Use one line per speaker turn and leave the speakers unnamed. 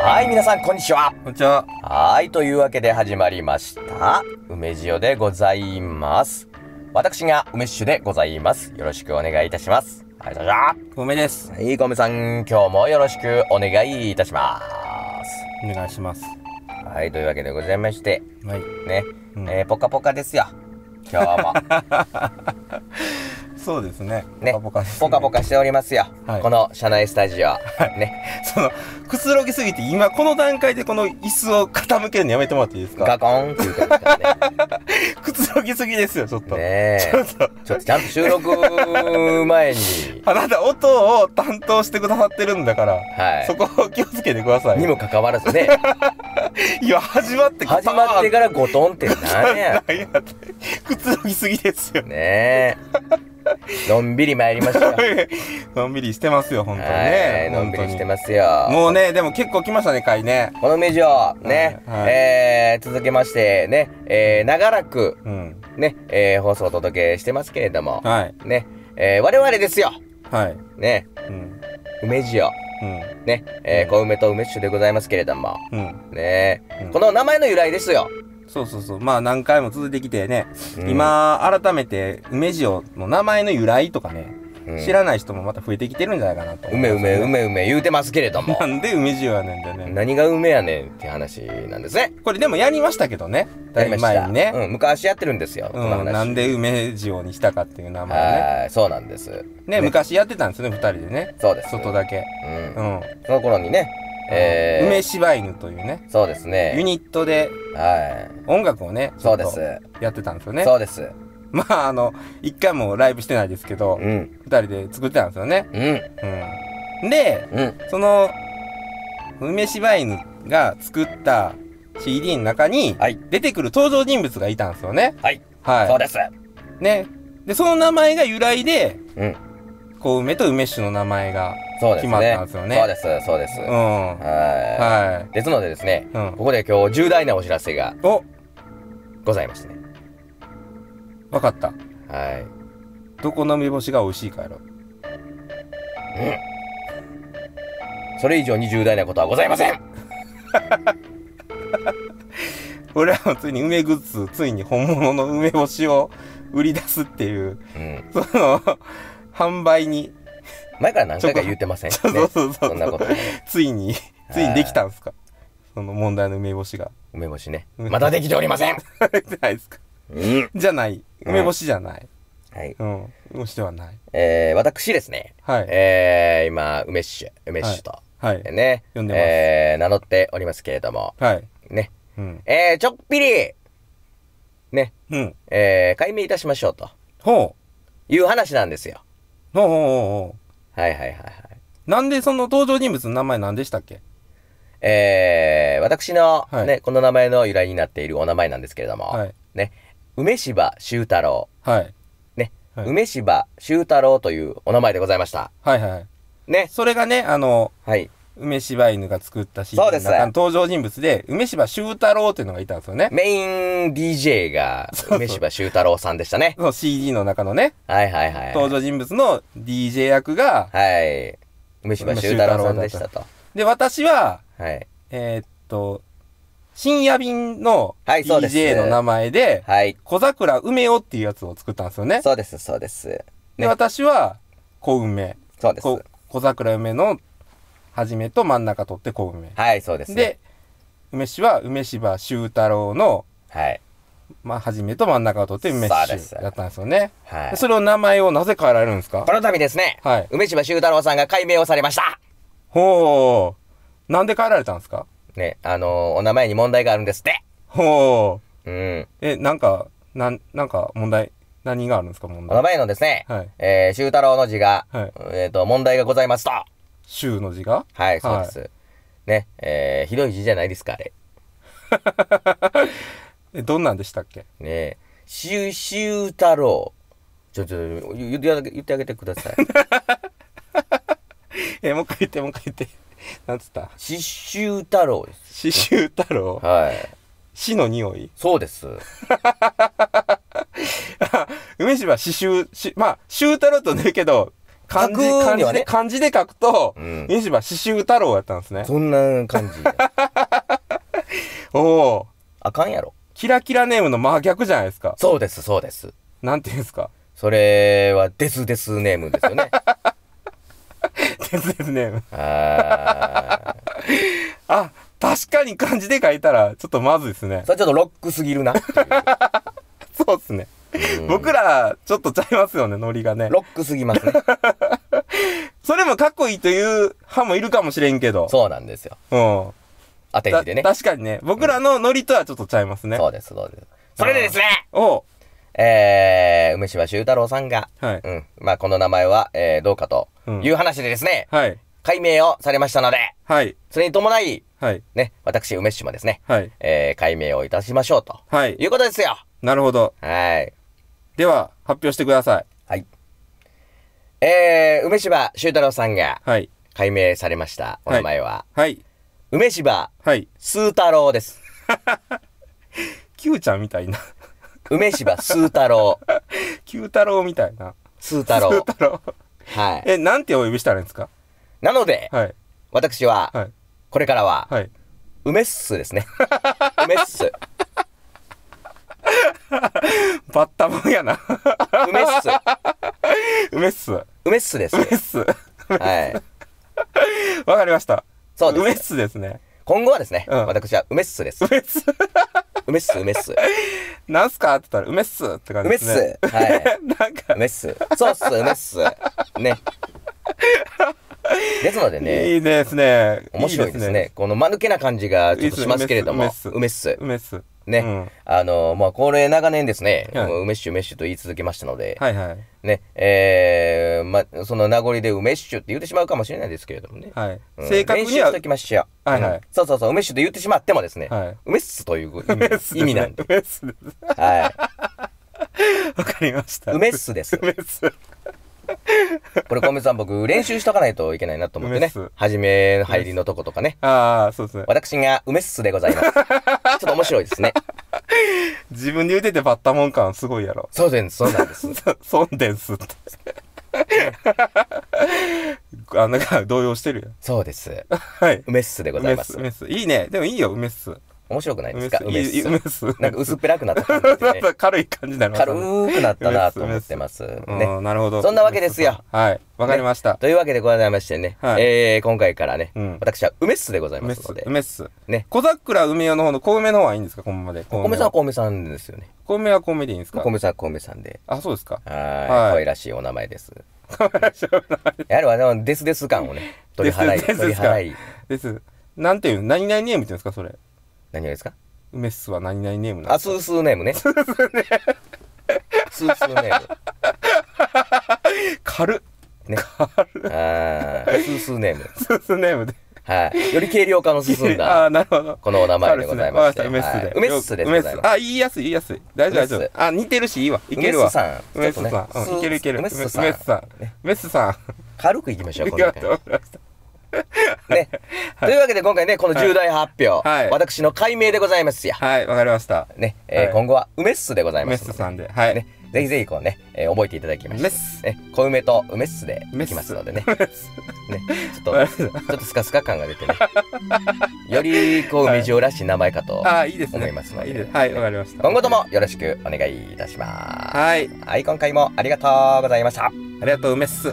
はい、皆さん、こんにちは。
こんにちは。
はい、というわけで始まりました。梅塩でございます。私が梅酒でございます。よろしくお願いいたします。はい、それじゃあ。
梅です。
はい、ごめさん、今日もよろしくお願いいたします。
お願いします。
はい、というわけでございまして、
はい。
ね、
うん
えー、ぽかぽかですよ。今日 も。
そうですね。
ね、
ポカポカです
ぽかぽかしておりますよ。
はい
この社内スタジオ。ね、
その、くつろぎすぎて、今この段階でこの椅子を傾けるのやめてもらっていいですか
ガコンって言うてます からね。
くつろぎすぎですよ、ちょっと。
ねえ。
ちょっと。、
ちょっとちゃんと収録前に
あなた、音を担当してくださってるんだから、
はい
そこを気をつけてください。
にもかかわらずね、
いや、始まって
始まって
か
からゴトンって何や。
ら。なんやって くつろぎすぎですよ。
ねえ。のんびり参りましょう。
のんびりしてますよ、本当に
はい
ね。
のんびりして
す。
ますよ。
もうね、でも結構来ましたね、回ね。
この名城、ね、
はいはい
えー、続けまして、ね、えー、長らく、
うん。
ね、えー、放送をお届けしてますけれども、
はい。
ね、えー、我々ですよ、
はい。
ね、
うん。
梅塩、
うん。
ね、えー、小梅と梅酒でございますけれども、
うん。
ね、
うん
この名前の由来ですよ。
そうそうそう。まあ何回も続いてきてね、
うん
今改めて梅塩の名前の由来とかね、
うん
知らない人もまた増えてきてるんじゃないかなと思い
梅
ますね、
梅梅梅言うてますけれども
な、んで梅塩やねんだよね。
何が梅やねんって話なんですね。
これでもやりましたけどね。だいぶ前にね。
うん、昔やってるんですよ、
う
この
ん、な
話。
んで梅塩にしたかっていう名前ね。
はい、そうなんです。
ね、昔やってたんですよね、二人でね。
そうです。
外だけ。
うん
う。ん。
その頃にね、えー、
梅柴犬というね、
そうですね。
ユニットで
はい。
音楽をね、
そうです
ちょっとやってたんですよね。
そうです。
まああの、一回もライブしてないですけど
う、ん。
二人で作ってたんですよね。
うん。
うん。で、
うん。
その、梅柴犬が作った CD の中に、
はい
出てくる登場人物がいたんですよね。
はい。そ
は
うです。
い。ね。で、その名前が由来で、
うん。
こう、梅と梅酒の名前が。
そうですね。
決まったんですよね
そうです。そうです。
う
は
ん。
い。
は
ですのでですね、
うん
ここで今日重大なお知らせが
い。お、
ございましてね。
わかった。
はい。
どこの梅干しが美味しいかやろ。
それ以上に重大なことはございません
俺らもついに梅グッズ、ついに本物の梅干しを売り出すっていう、
うん。
その、販売に、
前から何回か言ってません。ね
そうそうそうそう
そんなこと。
ついに、ついにできたんすか。その問題の梅干しが。
梅干しね。
うん
まだできておりません
入ってないですか。
うん。
じゃない。
うん
梅干しじゃない。
はい。
うん。梅干しではない。
えー、私ですね。
はい。
えー、今、梅酒、梅酒と、
はい。
ね、
呼んでます
えー、名乗っておりますけれども、
はい。
ね、
うん。
えー、ちょっぴり、ね、
うん。
えー、解明いたしましょうと
ほ
いう話なんですよ。
う。ほうほうほうほ
はいはいはいはい。
う。なんでその登場人物の名前何でしたっけ
えー、私の、
はい
ね、この名前の由来になっているお名前なんですけれども、
はい
ね、梅芝修太郎、
はい。
ね、
はい
梅芝修太郎というお名前でございました。
はいはい。
ね、
それがね、あの、
はい。
梅柴犬が作ったシ
そ
ー
うです
の中の登場人物で、梅柴修太郎っていうのがいたんですよね。
メイン DJ が梅芝修太郎さんでしたね。
その CD の中のね、
はいはいはい。
登場人物の DJ 役が、
はい。梅芝修太郎さんでしたと。
で、私は、
はい。
えーっと、深夜便の
はいそうです
DJ の名前で、
はい。
小桜梅をっていうやつを作ったんですよね。
そうです、そうです。
で、私は、小梅。
そうです。
こ小桜梅の始めと真ん中取って小梅。
はい、そうです、
で
ね。、
梅酒は梅芝修太郎の、
はい。
まあ、始めと真ん中を取って梅
そうです
酒だったんですよね。
は
で
い。
それを名前をなぜ変えられるんですか
この度ですね、
はい
梅芝修太郎さんが改名をされました。
ほう。なんで変えられたんですか
ね、あのーお名前に問題があるんですって。
ほう。
うん。
え、なんか、なん、なんか問題、何があるんですか問
お名
題。
前のですね、
はい
えー、修太郎の字が、
はい
えっ、と、問題がございますと。
修の字が
はい、そうです。ね、えー、ひどい字じゃないですか、あれ。
え、どんなんでしたっけ
ね修、修太郎。ちょ、ちょ、言ってあげ言ってあげてくだ さい。
え、もう一回言って、もう一回言って。 なんつった
刺繍太郎です。
刺繍太郎。
はい。
死の匂い
そうです。
梅芝刺繍、し、まあ、修太郎とねるけど、漢字、
書く
漢
には
字
ね
で、漢字で書くと、
うん
西島刺繍太郎やったんですね。
そんな感じ。
おおー
あかんやろ。
キラキラネームの真逆じゃないですか。
そうです、そうです。
なんていうんですか。
それは、デスデスネームですよ ね。
鉄ですね。
あー
あ、確かに漢字で書いたら、ちょっとまずいですね
そ。れちょっとロックすぎるなってい
そうですね。
ううん
僕ら、ちょっとちゃいますよね、ノリがね。
ロックすぎますね。
それもかっこいいという派もいるかもしれんけど。
そうなんですよ。
うん。
当て字でね。
た確かにね、僕らのノリとはちょっとちゃいますね。
そうです、そうです。それでですね、
おう
えー、梅柴修太郎さんが、
はい。
うん、まあこの名前は、えー、どうかという話でですね、
はい。
解明をされましたので、
はい。
それに伴い、
はい。
ね、私、梅島ですね、
はい。
えー、解明をいたしましょうと。
はいい。
うことですよ。
なるほど。
はい。
では、発表してください。
はい。えー、梅柴修太郎さんが
はい。
解明されました。お名前は、
はい。
梅柴
はい。
スー太郎です。
キューちゃんみたいな。
梅柴スー太郎。
キュー太郎みたいな。
スー太郎。
太郎。
はい。
え、なんてお呼びしたらいいんですか
なので、
はい。
私は、
はい。
これからは、
はい。
梅っすですね。梅っす。
バッタモンやな。
梅っす。
梅っす。
梅っすです。
梅っす。
はい。
わかりました。
そうです
梅っすですね。
今後はですね、
うん
私は梅っすです。
梅っす。
梅っす、梅っす。
なんすかって言ったら、梅っすって感じ
梅
で
っ
す
す。
ね。
はい。
なんか、
梅っす。そうっす、梅っす。ね。ですのでね、
いいですね。
面白いですね。。この間抜けな感じがちょっとしますけれども、
いい
梅
で
っ
す
す
ね。
梅っす。
梅っす。
ね。
うん
あの、まあ、これ長年ですね、
はい
もう梅っしゅ梅っしゅと言い続けましたので、
はいはい。
ね、えー、まあ、その名残で梅っしゅって言ってしまうかもしれないですけれどもね。
はい。
うん
正確
練
に
習
は
しと、きましょう。
はいはい
うんそうそうそう、梅酒で言ってしまってもですね、
はい。
梅っすという意
梅っ
味
す。
意味なんで。。
梅っすです。
は
わかりました。
い。梅っすです。
梅っす。
これ、小梅さん、僕、練習しとかないといけないなと思って
梅っ
ね
す。
はじめの入りのとことかね。
ああ、そうですね。
私が梅っすでござい ます。ちょっと面白いですね。
自分で言うててバッタモン感すごいやろ。
そうです、そうなんです。
そんで んすって。あ、なんか動揺してるよ。
そうです。
はい。
梅っすでござ
梅
い
っ、
ますす。
梅っす。いいね。でもいいよ、梅っす。
面白くないで
梅
す
っ
か
す。
梅っ
いい
す
梅。っす。
なんか薄っぺらくなった感じ ですね
なん。か軽い感じになります
軽
ね
くなったなと思ってます。
う
ね。
ん、なるほど。
そんなわけですよ。
はい。わかりました。
というわけでございましてね、
はい
えー、今回からね、
うん
私は梅っすでございま
梅っ
す
す
ので。。
梅っす。
ね。
小桜梅代の方の小梅の方はいいんですかこのままで。小
小梅さんは小梅さんですよね。
小梅は小梅でいいんですか
小梅さんは小梅さんで。
あ、そうですか。
は
はい
い。可愛らしいお名前です。
で
やはり我々デスデス感をね、取り払い、
デスデス
取り払い。
す。なんていうの何々ネームって言うんですかそれ。
何がですか
梅っすは何々ネームなん
あ、
です
スースーネームね。スースーネーム。スースーネー
か軽っ。
ム。ね。あースースーネーム。
スースネームで。
はい。より軽量化の進んだ、
あー、なるほど。
このお名前でございまして。
軽っすねわ
はい
かりました
梅
梅
っ
っ
す
す
で
で。
ござい
梅っ
ます
あ、言いやすい、言いやすい。大丈
梅
夫、大丈
っ
夫。あ、似てるし、いいわ。いけ
梅っ
るわ
す。さん。
梅っすさん。
ちょっと
う
ね
ん、いけるいける。
梅っすさん。
梅っすさん。梅っすさん。
軽くいきましょう、
あ
こ
り
の
が
回
とう。ございました
ね。というわけで今回ね、この重大発表。
はい
私の解明でございますよ。
はい、わかりました。
ね。えー
はい
今後は梅っすでござい
梅
ま
っ
す
す
ので。
さんで。はい。
ね。ぜひぜひこうね、えー覚えていただきまして。
梅っす
ね。小梅と梅っすで
梅
い
っす
きますのでね。
梅っす
ね、ちょっと、ちょっとスカスカ感が出てね。より、こう、梅塩らしい名前かと
あー、いいですね。
思いますの
いい
で、
ですはい、わかりました。
今後ともよろしくお願いいたしま
はい。
す。はい、今回もありがとうございました。
ありがとう、梅っす。